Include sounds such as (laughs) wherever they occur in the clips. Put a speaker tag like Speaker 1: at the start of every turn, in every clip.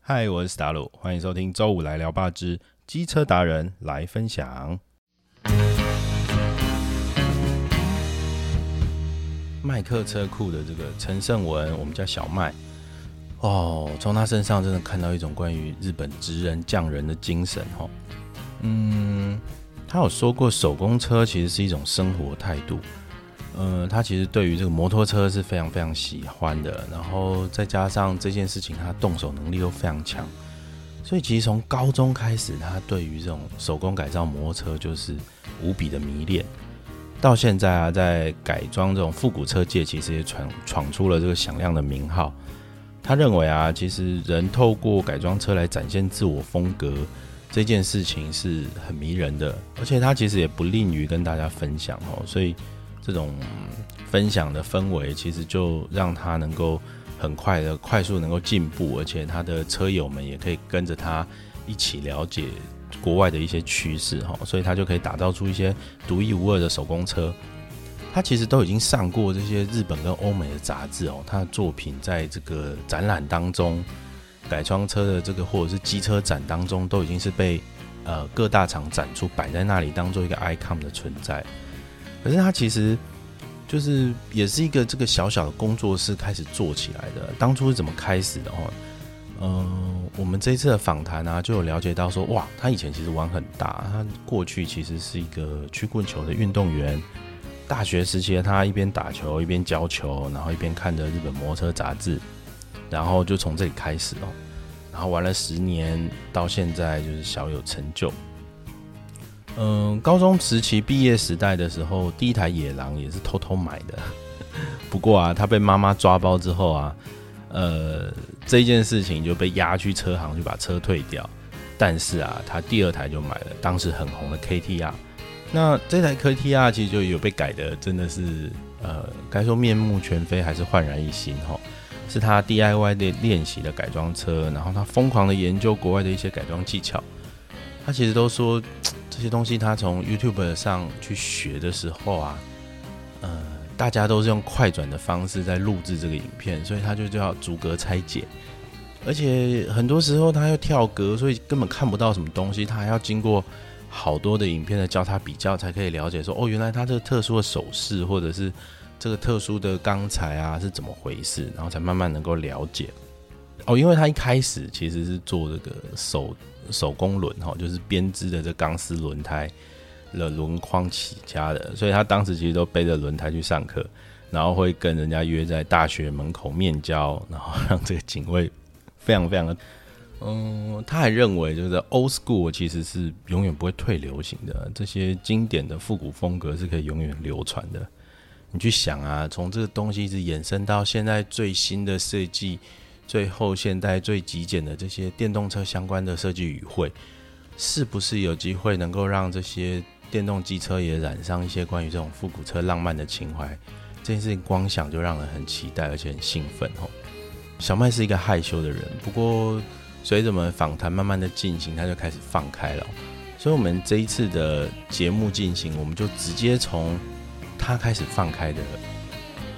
Speaker 1: 嗨，我是达鲁，欢迎收听周五来聊吧之机车达人来分享。麦克车库的这个陈胜文，我们叫小麦哦，从他身上真的看到一种关于日本职人匠人的精神哦。嗯，他有说过，手工车其实是一种生活态度。嗯，他其实对于这个摩托车是非常非常喜欢的，然后再加上这件事情，他动手能力又非常强，所以其实从高中开始，他对于这种手工改造摩托车就是无比的迷恋。到现在啊，在改装这种复古车界，其实也闯闯出了这个响亮的名号。他认为啊，其实人透过改装车来展现自我风格这件事情是很迷人的，而且他其实也不吝于跟大家分享哦，所以。这种分享的氛围，其实就让他能够很快的、快速能够进步，而且他的车友们也可以跟着他一起了解国外的一些趋势哈，所以他就可以打造出一些独一无二的手工车。他其实都已经上过这些日本跟欧美的杂志哦，他的作品在这个展览当中、改装车的这个或者是机车展当中，都已经是被呃各大厂展出摆在那里，当做一个 icon 的存在。可是他其实就是也是一个这个小小的工作室开始做起来的。当初是怎么开始的哦？嗯，我们这一次的访谈啊，就有了解到说，哇，他以前其实玩很大，他过去其实是一个曲棍球的运动员。大学时期，他一边打球一边教球，然后一边看着日本摩托车杂志，然后就从这里开始哦。然后玩了十年，到现在就是小有成就。嗯，高中时期毕业时代的时候，第一台野狼也是偷偷买的。 (laughs) 不过啊，他被妈妈抓包之后啊，呃，这件事情就被押去车行去把车退掉。但是啊，他第二台就买了，当时很红的 KTR。那这台 KTR 其实就有被改的，真的是呃，该说面目全非还是焕然一新哈。是他 DIY 的练习的改装车，然后他疯狂的研究国外的一些改装技巧。他其实都说这些东西，他从 YouTube 上去学的时候啊，呃，大家都是用快转的方式在录制这个影片，所以他就叫逐格拆解。而且很多时候他要跳格，所以根本看不到什么东西，他还要经过好多的影片的交叉比较，才可以了解说，哦，原来他这个特殊的手势或者是这个特殊的钢材啊是怎么回事，然后才慢慢能够了解。哦，因为他一开始其实是做这个手手工轮哈，就是编织的这钢丝轮胎的轮框起家的，所以他当时其实都背着轮胎去上课，然后会跟人家约在大学门口面交，然后让这个警卫非常非常的，嗯，他还认为就是 old school 其实是永远不会退流行的，这些经典的复古风格是可以永远流传的。你去想啊，从这个东西一直延伸到现在最新的设计。最后现代最极简的这些电动车相关的设计语汇，是不是有机会能够让这些电动机车也染上一些关于这种复古车浪漫的情怀？这件事情光想就让人很期待，而且很兴奋哦。小麦是一个害羞的人，不过随着我们访谈慢慢的进行，他就开始放开了、哦。所以，我们这一次的节目进行，我们就直接从他开始放开的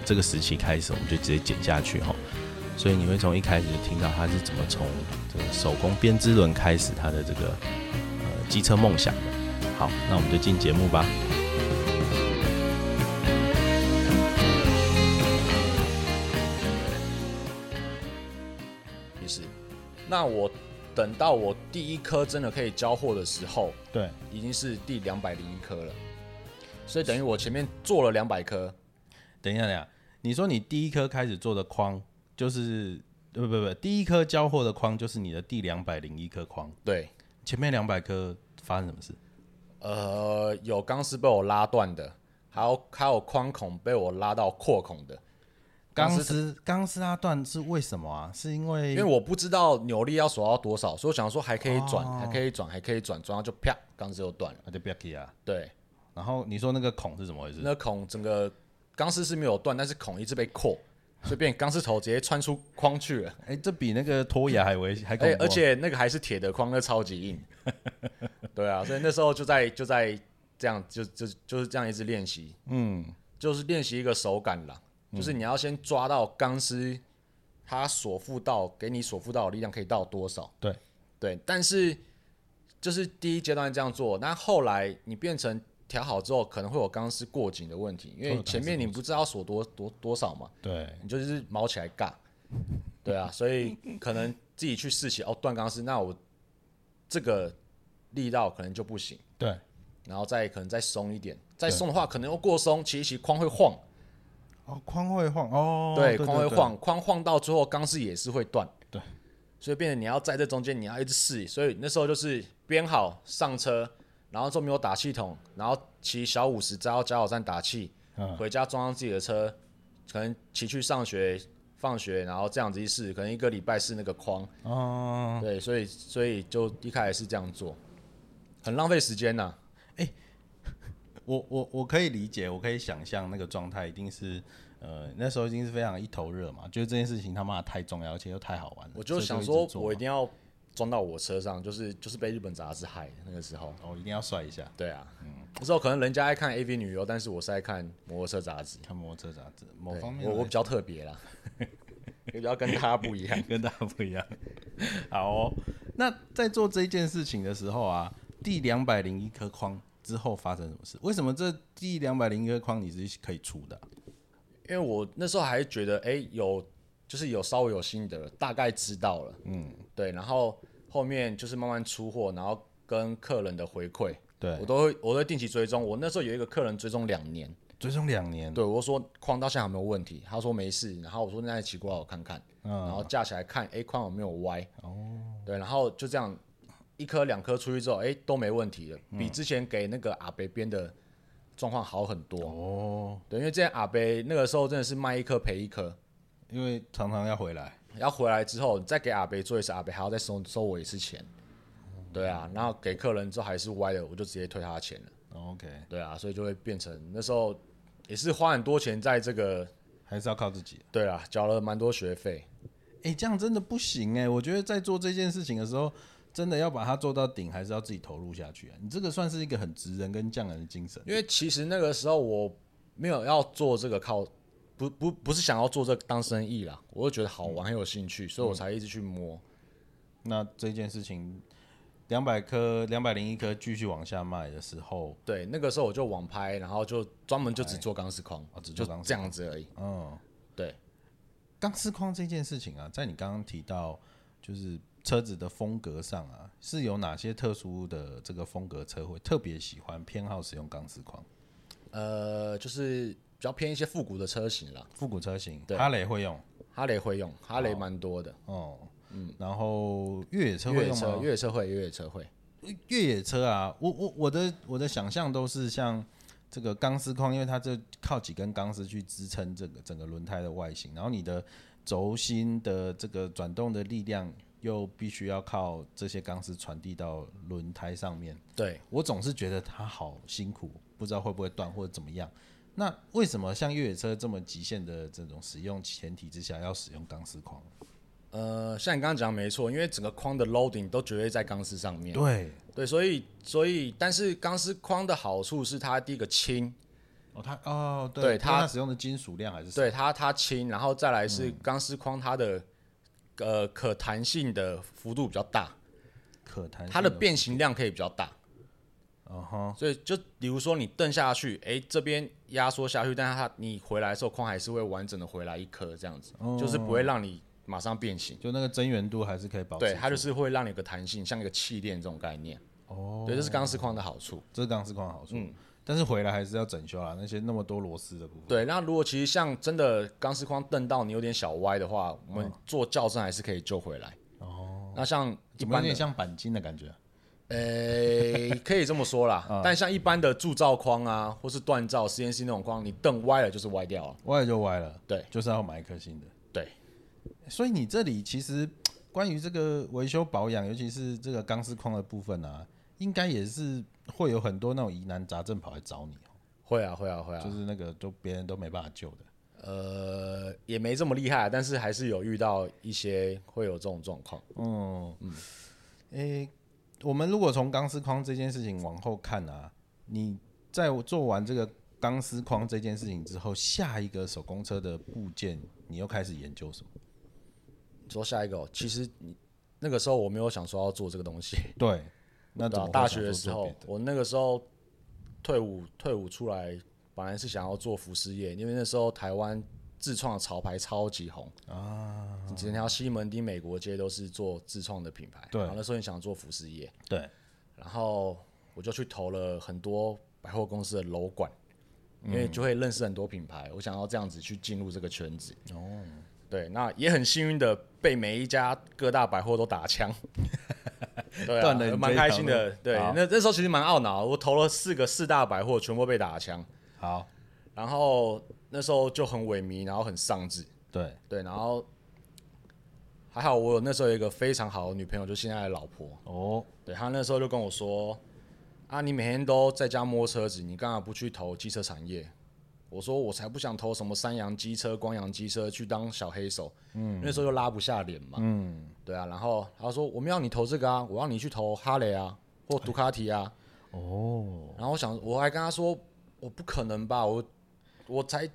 Speaker 1: 这个时期开始，我们就直接剪下去哈、哦。所以你会从一开始就听到他是怎么从这个手工编织轮开始他的这个呃机车梦想的。好，那我们就进节目吧。
Speaker 2: 也是。那我等到我第一颗真的可以交货的时候，
Speaker 1: 对，
Speaker 2: 已经是第两百零一颗了，所以等于我前面做了两百颗。
Speaker 1: 等一下，等一下，你说你第一颗开始做的框就是呃不不不，第一颗交货的框就是你的第两百零一颗框，
Speaker 2: 对，
Speaker 1: 前面两百颗发生什么事？
Speaker 2: 呃，有钢丝被我拉断的，还有还有框孔被我拉到扩孔的，
Speaker 1: 钢
Speaker 2: 钢丝
Speaker 1: 丝钢丝拉断是为什么啊？是因为
Speaker 2: 因为我不知道扭力要锁到多少，所以我想说还可以转，还可以转，还可以转，转到就啪，钢丝就断了。
Speaker 1: 啊就不要给啊。
Speaker 2: 对，
Speaker 1: 然后你说那个孔是怎么回事？
Speaker 2: 那孔整个钢丝是没有断，但是孔一直被扩，所以变钢丝头直接穿出框去了。
Speaker 1: 哎、这比那个脱牙还危还恐
Speaker 2: 哎、
Speaker 1: 怖、啊
Speaker 2: 而且那个还是铁的框，那超级硬。 (laughs) 对啊，所以那时候就在就在这样就就就是这样一直练习，嗯，就是练习一个手感啦，就是你要先抓到钢丝他所付到给你所付到的力量可以到多少。
Speaker 1: 对
Speaker 2: 对，但是就是第一阶段这样做，那后来你变成调好之后，可能会有钢丝过紧的问题，因
Speaker 1: 会有
Speaker 2: 为
Speaker 1: 钢丝
Speaker 2: 前面你不知道锁多多多少嘛，
Speaker 1: 对，
Speaker 2: 你就是毛起来尬，对啊，所以可能自己去试起哦，断钢丝，那我这个力道可能就不行。
Speaker 1: 对，
Speaker 2: 然后再可能再松一点，再松的话可能又过松，骑一骑框会晃，
Speaker 1: 哦，框会晃，哦，
Speaker 2: 对，框会，晃，框晃到最后钢丝也是会断，
Speaker 1: 对，
Speaker 2: 所以变成你要在这中间你要一直试，所以那时候就是编好上车，然后就没有打气筒，然后骑小五十再到加油站打气，
Speaker 1: 嗯
Speaker 2: 回家装上自己的车，可能骑去上学、放学，然后这样子一试，可能一个礼拜试那个框，
Speaker 1: 哦，
Speaker 2: 对，所以所以就一开始是这样做，很浪费时间呐、
Speaker 1: 我我我可以理解，我可以想象那个状态一定是，呃，那时候一定是非常一头热嘛，觉得这件事情他妈的太重要，而且又太好玩了，
Speaker 2: 我就
Speaker 1: 所以
Speaker 2: 想
Speaker 1: 一直
Speaker 2: 说，
Speaker 1: 做
Speaker 2: 我一
Speaker 1: 嘛
Speaker 2: 定要装到我车上，就是就是被日本杂志害的那个时候。
Speaker 1: 哦，一定要帅一下，
Speaker 2: 对啊，那时候可能人家爱看 AV 女优，但是我是爱看摩托车杂志。
Speaker 1: 看摩托车杂志，某
Speaker 2: 对
Speaker 1: 方面
Speaker 2: 我我
Speaker 1: 来
Speaker 2: 比较特别啦， (laughs) 也比较跟他不一样。
Speaker 1: 跟大家不一样。 (laughs) 好、哦，那在做这件事情的时候啊，第两百零一颗框之后发生什么事？为什么这第两百零一颗框你是可以出的啊、
Speaker 2: (laughs) 因为我那时候还觉得，哎、有就是有稍微有心得，大概知道了，嗯，对。然后后面就是慢慢出货，然后跟客人的回馈，
Speaker 1: 对
Speaker 2: 我，都会我都会定期追踪。我那时候有一个客人追踪两年，
Speaker 1: 追踪两年，
Speaker 2: 对，我就说框到现在有没有问题？他说没事，然后我说那你骑过来我看看，然后架起来看，哎，框有没有歪？哦，对，然后就这样一颗两颗出去之后，哎，都没问题了，比之前给那个阿北编的状况好很多。
Speaker 1: 哦，
Speaker 2: 对，因为之前阿北那个时候真的是卖一颗赔一颗，
Speaker 1: 因为常常要回来，
Speaker 2: 然后回来之后你再给阿北做一次，阿北还要再收收我一次钱。对啊，然后给客人之后还是歪的，我就直接退他的钱了。
Speaker 1: 哦 OK，
Speaker 2: 对啊，所以就会变成那时候也是花很多钱在这个
Speaker 1: 还是要靠自己。
Speaker 2: 对啊，缴了蛮多学费。
Speaker 1: 哎、这样真的不行哎、我觉得在做这件事情的时候。真的要把它做到顶，还是要自己投入下去啊？你这个算是一个很职人跟匠人的精神。
Speaker 2: 因为其实那个时候我没有要做这个靠，不不不是想要做这个当生意啦，我就觉得好玩很有兴趣，所以我才一直去摸。
Speaker 1: 那这件事情，两百颗、两百零一颗继续往下卖的时候，
Speaker 2: 对，那个时候我就网拍，然后就专门就只做钢丝框，
Speaker 1: 哦只
Speaker 2: 就
Speaker 1: 做钢丝框
Speaker 2: 这样子而已。
Speaker 1: 嗯，
Speaker 2: 对，
Speaker 1: 钢丝框这件事情啊，在你刚刚提到，就是车子的风格上啊，是有哪些特殊的这个风格车会特别喜欢偏好使用钢丝框？
Speaker 2: 呃，就是比较偏一些复古的车型啦，
Speaker 1: 复古车型，
Speaker 2: 对
Speaker 1: 哈雷会用
Speaker 2: 哈雷会用，哈雷蛮多的，
Speaker 1: 哦，嗯，然后越野车
Speaker 2: 越
Speaker 1: 会
Speaker 2: 野
Speaker 1: 用
Speaker 2: 车
Speaker 1: 吗？
Speaker 2: 越野车会越野车会，
Speaker 1: 越野车啊，我我我的我的想象都是像这个钢丝框，因为它这靠几根钢丝去支撑这个整个轮胎的外形，然后你的轴心的这个转动的力量又必须要靠这些钢丝传递到轮胎上面。
Speaker 2: 对，
Speaker 1: 我总是觉得它好辛苦，不知道会不会断或者怎么样。那为什么像越野车这么极限的这种使用前提之下要使用钢丝框？
Speaker 2: 呃，像你刚刚讲的没错，因为整个框的 loading 都绝对在钢丝上面，
Speaker 1: 对，
Speaker 2: 对，所以所以，但是钢丝框的好处是它第一个轻，
Speaker 1: 哦，它哦，对，
Speaker 2: 对
Speaker 1: 因为
Speaker 2: 它
Speaker 1: 它使用的金属量还是
Speaker 2: 对它它轻，然后再来是
Speaker 1: 嗯
Speaker 2: 钢丝框它的、呃可弹性的幅度比较大，
Speaker 1: 可弹性，
Speaker 2: 它的变形量可以比较大，
Speaker 1: 嗯哼，
Speaker 2: 所以就比如说你蹬下去，哎这边压缩下去，但是它你回来的时候框还是会完整的回来一颗这样子，
Speaker 1: 哦
Speaker 2: 就是不会让你马上变形。
Speaker 1: 就那个增圆度还是可以保持住。
Speaker 2: 对，它就是会让你有个弹性，像一个气垫这种概念。
Speaker 1: 哦，
Speaker 2: 对，这是钢丝框的好处。
Speaker 1: 这是钢丝框的好处。
Speaker 2: 嗯
Speaker 1: 但是回来还是要整修啊，那些那么多螺丝的部分。
Speaker 2: 对，那如果其实像真的钢丝框蹬到你有点小歪的话，我们做校正还是可以救回来。嗯哦，那像一
Speaker 1: 怎么有
Speaker 2: 般
Speaker 1: 点
Speaker 2: 的，
Speaker 1: 像钣金的感觉？
Speaker 2: 呃，可以这么说 (laughs) 啦。但像一般的铸造框啊，或是锻造、实验室那种框，你蹬歪了就是歪掉了。
Speaker 1: 歪了就歪了，
Speaker 2: 对，
Speaker 1: 就是要买一颗新的。
Speaker 2: 对，
Speaker 1: 所以你这里其实关于这个维修保养，尤其是这个钢丝框的部分啊，应该也是会有很多那种疑难杂症跑来找你哦，
Speaker 2: 会啊，会啊，会
Speaker 1: 就
Speaker 2: 啊。
Speaker 1: 是那个都别人都没办法救的。
Speaker 2: 呃，也没这么厉害，但是还是有遇到一些会有这种状况。
Speaker 1: 嗯，诶、我们如果从钢丝框这件事情往后看啊，你在我做完这个钢丝框这件事情之后，下一个手工车的部件，你又开始研究什么？
Speaker 2: 说下一个、哦，其实你那个时候我没有想说要做这个东西，
Speaker 1: 对，那怎
Speaker 2: 对啊
Speaker 1: 么会
Speaker 2: 大
Speaker 1: 想
Speaker 2: 学的
Speaker 1: 说
Speaker 2: 时
Speaker 1: 做
Speaker 2: 候
Speaker 1: 别的，
Speaker 2: 我那个时候退伍退伍出来，本来是想要做服饰业，因为那时候台湾自创的潮牌超级红啊，你整条西门町、美国街都是做自创的品牌。
Speaker 1: 对
Speaker 2: 然后那时候你想做服饰业，
Speaker 1: 对，
Speaker 2: 然后我就去投了很多百货公司的楼管，因为就会认识很多品牌，我想要这样子去进入这个圈子。哦，对，那也很幸运的被每一家各大百货都打
Speaker 1: (laughs)
Speaker 2: 枪，对、
Speaker 1: 断了你这一
Speaker 2: 啊，蛮开心
Speaker 1: 条
Speaker 2: 的。对，那那时候其实蛮懊恼，我投了四个四大百货，全部被打枪，
Speaker 1: 好，
Speaker 2: 然后那时候就很萎靡，然后很丧志。
Speaker 1: 对，
Speaker 2: 对，然后还好我有那时候有一个非常好的女朋友，就现在的老婆，
Speaker 1: 哦，
Speaker 2: 对他那时候就跟我说：“啊，你每天都在家摸车子，你干嘛不去投机车产业？”我说：“我才不想投什么三洋机车、光洋机车去当小黑手。”嗯，那时候就拉不下脸嘛。嗯，对啊。然后他说：“我没要你投这个啊，我要你去投哈雷啊，或杜卡迪啊。
Speaker 1: 哦，
Speaker 2: 然后我想，我还跟他说：“我不可能吧，我我才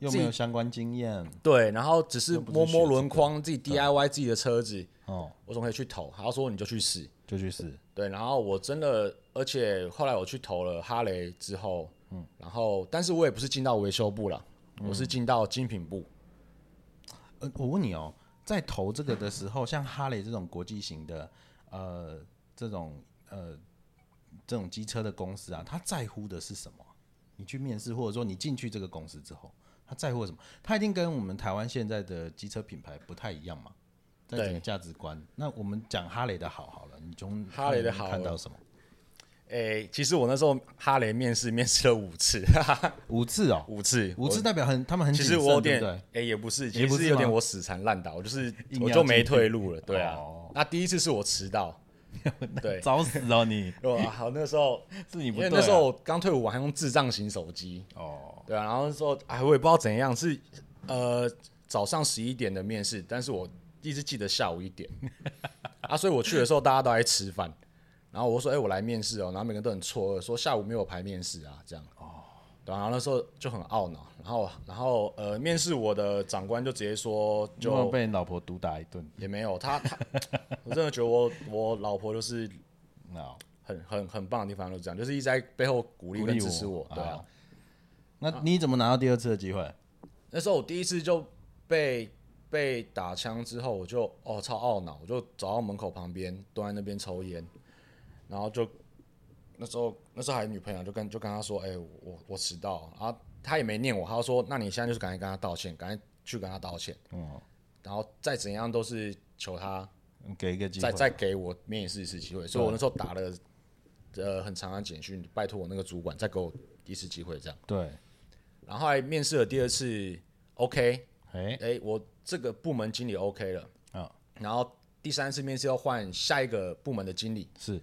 Speaker 1: 又没有相关经验，
Speaker 2: 对。”然后只是
Speaker 1: 不是
Speaker 2: 摸
Speaker 1: 学这
Speaker 2: 摸
Speaker 1: 个
Speaker 2: 轮框，自己 DIY 自己的车子，
Speaker 1: 哦，
Speaker 2: 我怎么可以去投？他说：“你就去试。”
Speaker 1: 就去试，
Speaker 2: 对，然后我真的，而且后来我去投了哈雷之后，嗯，然后但是我也不是进到维修部了，我是进到精品部。
Speaker 1: 呃，我问你哦，在投这个的时候，像哈雷这种国际型的，呃，这种呃这种机车的公司啊，他在乎的是什么？你去面试，或者说你进去这个公司之后，他在乎什么？他一定跟我们台湾现在的机车品牌不太一样嘛，在整个
Speaker 2: 对
Speaker 1: 价值观。那我们讲哈雷的好好了，你从
Speaker 2: 哈雷的
Speaker 1: 里面
Speaker 2: 好
Speaker 1: 看到什么？
Speaker 2: 诶，其实我那时候哈雷面试面 (laughs) 试了五次，
Speaker 1: 五次哦，
Speaker 2: 五次，
Speaker 1: 五次
Speaker 2: 我。
Speaker 1: 代表很他们很
Speaker 2: 其
Speaker 1: 谨
Speaker 2: 实
Speaker 1: 慎，
Speaker 2: 我有
Speaker 1: 对
Speaker 2: 点
Speaker 1: 不对？，
Speaker 2: 诶，也不是，
Speaker 1: 也
Speaker 2: 其
Speaker 1: 不是
Speaker 2: 实有点
Speaker 1: 吗
Speaker 2: 我死缠烂打，我就是
Speaker 1: 硬
Speaker 2: 我
Speaker 1: 要
Speaker 2: 就没
Speaker 1: 进去
Speaker 2: 退路了，对啊。
Speaker 1: 哦
Speaker 2: 那第一次是我迟到，对， (laughs)
Speaker 1: 找死哦你，
Speaker 2: 哇，好，那时候
Speaker 1: 是你
Speaker 2: 因
Speaker 1: 不
Speaker 2: 为
Speaker 1: 对、啊
Speaker 2: 那时候我刚退伍，我还用智障型手机，
Speaker 1: 哦，
Speaker 2: 对啊，然后说，哎，我也不知道怎样，是呃早上十一点的面试，但是我一直记得下午
Speaker 1: (laughs)
Speaker 2: 一点啊，所以我去的时候大家都在吃饭，然后我就说，哎、我来面试哦，然后每个人都很错愕，说下午没有排面试啊，这样哦，对啊、然后那时候就很懊恼，然后然后呃，面试我的长官就直接说，
Speaker 1: 有没有
Speaker 2: 就
Speaker 1: 被你老婆毒打一顿？
Speaker 2: 也没有他，他我真的觉得我我老婆就是
Speaker 1: 那哦
Speaker 2: 很很很棒的地方就是这样，就是一直在背后鼓励跟支持我，对啊。
Speaker 1: 啊。那
Speaker 2: 啊
Speaker 1: 你怎么拿到第二次的机会？
Speaker 2: 那时候我第一次就被被打枪之后，我就哦超懊恼，我就走到门口旁边蹲在那边抽烟，然后就那时候那时候还有女朋友，就跟就跟他说，哎、我我迟到，然后他也没念我，他就说那你现在就是赶紧跟他道歉，赶紧去跟他道歉，
Speaker 1: 嗯，
Speaker 2: 然后再怎样都是求他
Speaker 1: 给一个机
Speaker 2: 再
Speaker 1: 会。
Speaker 2: 再给我面试一次机会，所以我那时候打了呃很长的简讯，拜托我那个主管再给我一次机会这样，
Speaker 1: 对，
Speaker 2: 然后后来面试了第二次，OK，
Speaker 1: 哎，
Speaker 2: 哎、我这个部门经理 OK 了，
Speaker 1: 啊
Speaker 2: 然后第三次面试要换下一个部门的经理，
Speaker 1: 是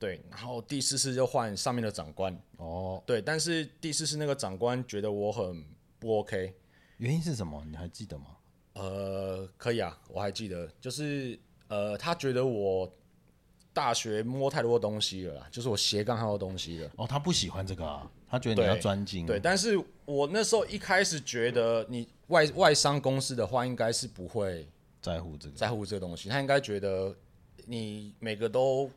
Speaker 2: 对，然后第四次就换上面的长官，
Speaker 1: 哦，
Speaker 2: 对，但是第四次那个长官觉得我很不 OK，
Speaker 1: 原因是什么？你还记得吗？
Speaker 2: 呃，可以啊，我还记得，就是呃，他觉得我大学摸太多东西了啦，就是我斜杠太多东西了。
Speaker 1: 哦，他不喜欢这个啊，他觉得你
Speaker 2: 对
Speaker 1: 要专精。
Speaker 2: 对，，但是我那时候一开始觉得，你外外商公司的话，应该是不会
Speaker 1: 在乎这个。
Speaker 2: 在乎这个东西，他应该觉得你每个都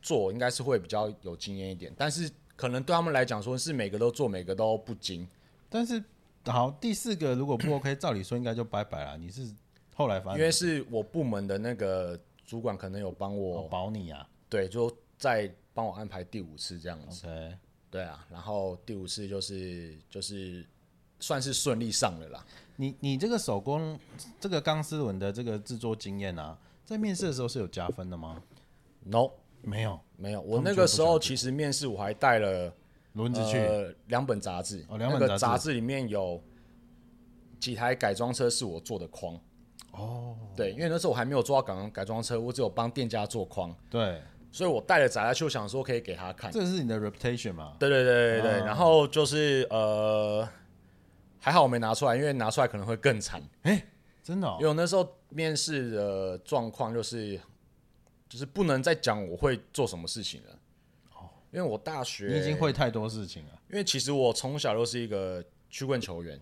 Speaker 2: 做，应该是会比较有经验一点。但是可能对他们来讲，说是每个都做，每个都不精。
Speaker 1: 但是好，第四个如果不 OK，照理说应该就拜拜了。你是后来反
Speaker 2: 因
Speaker 1: 正
Speaker 2: 为是我部门的那个主管可能有帮
Speaker 1: 我
Speaker 2: 我，
Speaker 1: 保你啊。
Speaker 2: 对，就再帮我安排第五次这样子。
Speaker 1: OK，
Speaker 2: 对啊，然后第五次就是就是算是顺利上了啦。
Speaker 1: 你你这个手工这个钢丝纹的这个制作经验啊，在面试的时候是有加分的吗？
Speaker 2: No，
Speaker 1: 没有，
Speaker 2: 没有，
Speaker 1: 他
Speaker 2: 我
Speaker 1: 们
Speaker 2: 那
Speaker 1: 觉得
Speaker 2: 个
Speaker 1: 不
Speaker 2: 时候其实面试我还带了。
Speaker 1: 轮子去。
Speaker 2: 呃两本杂志，
Speaker 1: 哦两本
Speaker 2: 那
Speaker 1: 杂
Speaker 2: 个
Speaker 1: 志
Speaker 2: 杂志里面有几台改装车是我做的框。哦，对，因为那时候我还没有做到改装改装车，我只有帮店家做框，
Speaker 1: 对，
Speaker 2: 所以我带了杂志去，我想说可以给他看。
Speaker 1: 这啊是你的 reputation 嘛？
Speaker 2: 对对对对对，然后就是呃，还好我没拿出来，因为拿出来可能会更惨。
Speaker 1: 真的、哦
Speaker 2: 因。为我那时候面试的状况就是，就是不能再讲我会做什么事情了。哦，因为我大学
Speaker 1: 你已经会太多事情了。 (laughs)
Speaker 2: 因为其实我从小就是一个曲棍球员，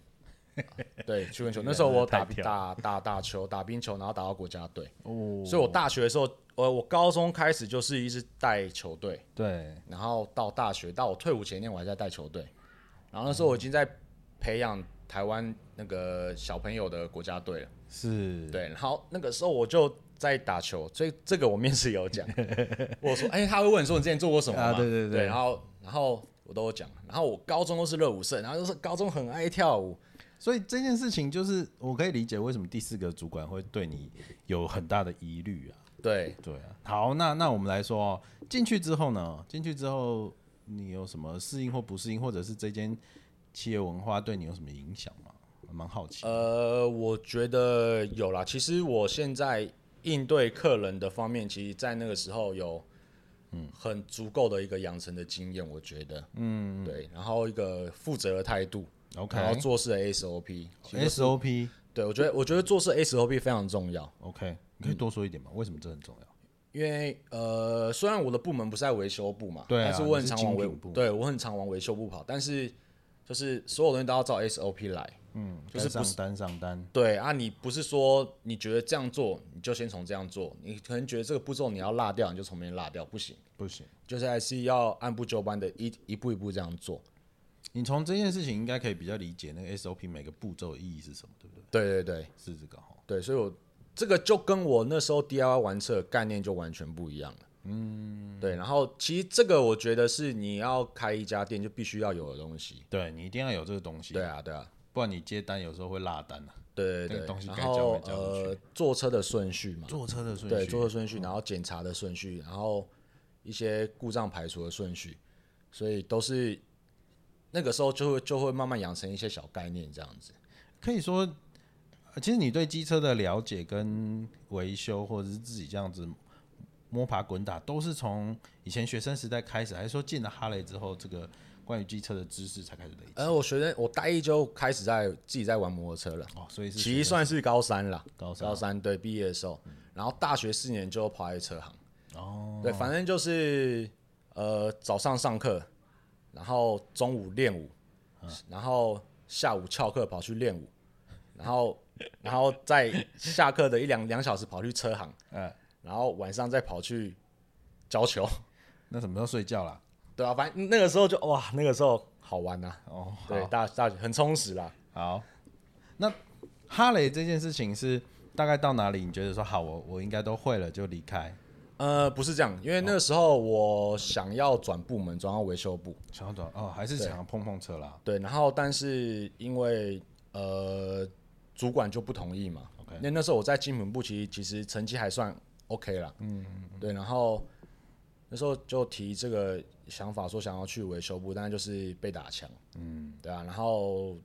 Speaker 2: 对，曲棍球那时候我打
Speaker 1: 太跳
Speaker 2: 打打打球，打冰球，然后打到国家队，
Speaker 1: 哦
Speaker 2: 所以我大学的时候，呃，我高中开始就是一直带球队，
Speaker 1: 对，
Speaker 2: 然后到大学到我退伍前一年我还在带球队，然后那时候我已经在培养台湾那个小朋友的国家队了，
Speaker 1: 是，
Speaker 2: 对，然后那个时候我就在打球，所以这个我面试也有
Speaker 1: (laughs)
Speaker 2: 讲，我说，哎、他会问说你之前做过什么嘛、
Speaker 1: 啊对对
Speaker 2: 对
Speaker 1: 对
Speaker 2: 然后然后我都有讲，然后我高中都是热舞社，然后就是高中很爱跳舞，
Speaker 1: 所以这件事情就是我可以理解为什么第四个主管会对你有很大的疑虑啊。
Speaker 2: 对，
Speaker 1: 对啊，好，那那我们来说哦，进去之后呢，进去之后你有什么适应或不适应，或者是这间企业文化对你有什么影响吗？还蛮好奇。
Speaker 2: 呃，我觉得有啦。其实我现在应对客人的方面，其实在那个时候有嗯很足够的一个养成的经验，我觉得嗯对，然后一个负责的态度然后
Speaker 1: OK
Speaker 2: 做事的 SOP，其实
Speaker 1: SOP
Speaker 2: 对我觉得我觉得做事的 SOP 非常重要，
Speaker 1: OK，你
Speaker 2: 嗯
Speaker 1: 可以多说一点吗？为什么这很重要？
Speaker 2: 因为呃虽然我的部门不是在维修部嘛，
Speaker 1: 对啊
Speaker 2: 但是我很
Speaker 1: 你是
Speaker 2: 常往
Speaker 1: 精
Speaker 2: 维
Speaker 1: 品部
Speaker 2: 对我很常往维修部跑，但是就是所有东西都要照 SOP 来。
Speaker 1: 嗯，该
Speaker 2: 就是
Speaker 1: 上单上单，
Speaker 2: 对啊，你不是说你觉得这样做，你就先从这样做，你可能觉得这个步骤你要落掉，你就从边落掉，不行，
Speaker 1: 不行。
Speaker 2: 就是还是要按部就班的一一步一步这样做。
Speaker 1: 你从这件事情应该可以比较理解那个 SOP 每个步骤的意义是什么，对不对？
Speaker 2: 对对对
Speaker 1: 是这个哈。
Speaker 2: 对，所以我这个就跟我那时候 DIY 玩车的概念就完全不一样了。嗯，对，然后其实这个我觉得是你要开一家店就必须要有的东西。
Speaker 1: 对你一定要有这个东西，
Speaker 2: 对，啊，对啊，
Speaker 1: 不然你接单有时候会落单啊。
Speaker 2: 对
Speaker 1: 那
Speaker 2: 对
Speaker 1: 个东
Speaker 2: 对。
Speaker 1: 西
Speaker 2: 然
Speaker 1: 该交
Speaker 2: 后
Speaker 1: 没交出去
Speaker 2: 呃，坐车的顺序嘛，
Speaker 1: 坐车的顺
Speaker 2: 对，
Speaker 1: 序，
Speaker 2: 做的顺序，嗯然后检查的顺序，然后一些故障排除的顺序，所以都是那个时候就会就会慢慢养成一些小概念这样子。
Speaker 1: 可以说，呃其实你对机车的了解跟维修，或者是自己这样子摸爬滚打，都是从以前学生时代开始，还是说进了哈雷之后，这个关于机车的知识才开始累积？
Speaker 2: 呃，我学生我大一就开始在自己在玩摩托车了，
Speaker 1: 哦，所以是
Speaker 2: 其实
Speaker 1: 学生
Speaker 2: 算是高三了，
Speaker 1: 高三嗯
Speaker 2: 高三对毕业的时候，然后大学四年就跑在车行，
Speaker 1: 哦，
Speaker 2: 对，反正就是呃早上上课，然后中午练舞，
Speaker 1: 嗯
Speaker 2: 然后下午翘课跑去练舞，然后然后在下课的一两两小时跑去车行，
Speaker 1: 呃，
Speaker 2: 然后晚上再跑去教球。
Speaker 1: 那什么时候睡觉啦？
Speaker 2: 对啊，反正那个时候就哇，那个时候好玩呐、
Speaker 1: 哦，
Speaker 2: 对，大大很充实啦。
Speaker 1: 好，那哈雷这件事情是大概到哪里？你觉得说好，我我应该都会了就离开，
Speaker 2: 呃，不是这样，因为那个时候我想要转部门，转到维修部。
Speaker 1: 想要转哦，还是想要碰碰车啦？
Speaker 2: 对，然后但是因为呃，主管就不同意嘛。
Speaker 1: OK
Speaker 2: 那那时候我在金门部其实其实成绩还算 OK 啦。嗯对，然后那时候就提这个想法，说想要去维修部，但是就是被打枪。嗯，对啊。然后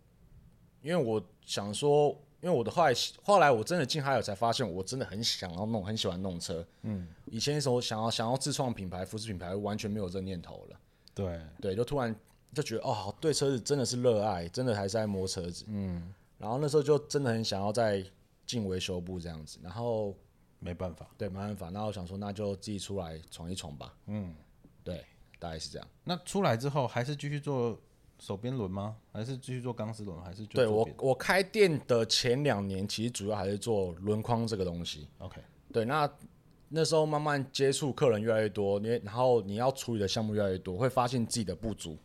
Speaker 2: 因为我想说，因为我的后来后来我真的进海尔才发现，我真的很想要弄，很喜欢弄车。嗯，以前的时候想要想要自创品牌、服饰品牌，完全没有这念头了。
Speaker 1: 对，
Speaker 2: 对，就突然就觉得哦，好对车子真的是热爱，真的还是在摸车子，嗯。然后那时候就真的很想要再进维修部这样子，然后
Speaker 1: 没办法。
Speaker 2: 对，没办法，那我想说那就自己出来闯一闯吧，嗯，对，大概是这样。
Speaker 1: 那出来之后还是继续做手边轮吗？还是继续做钢丝轮？还是就
Speaker 2: 对
Speaker 1: 做
Speaker 2: 我
Speaker 1: 别的
Speaker 2: 我开店的前两年，其实主要还是做轮框这个东西，
Speaker 1: OK
Speaker 2: 对，那那时候慢慢接触客人越来越多，你然后你要处理的项目越来越多，会发现自己的不足。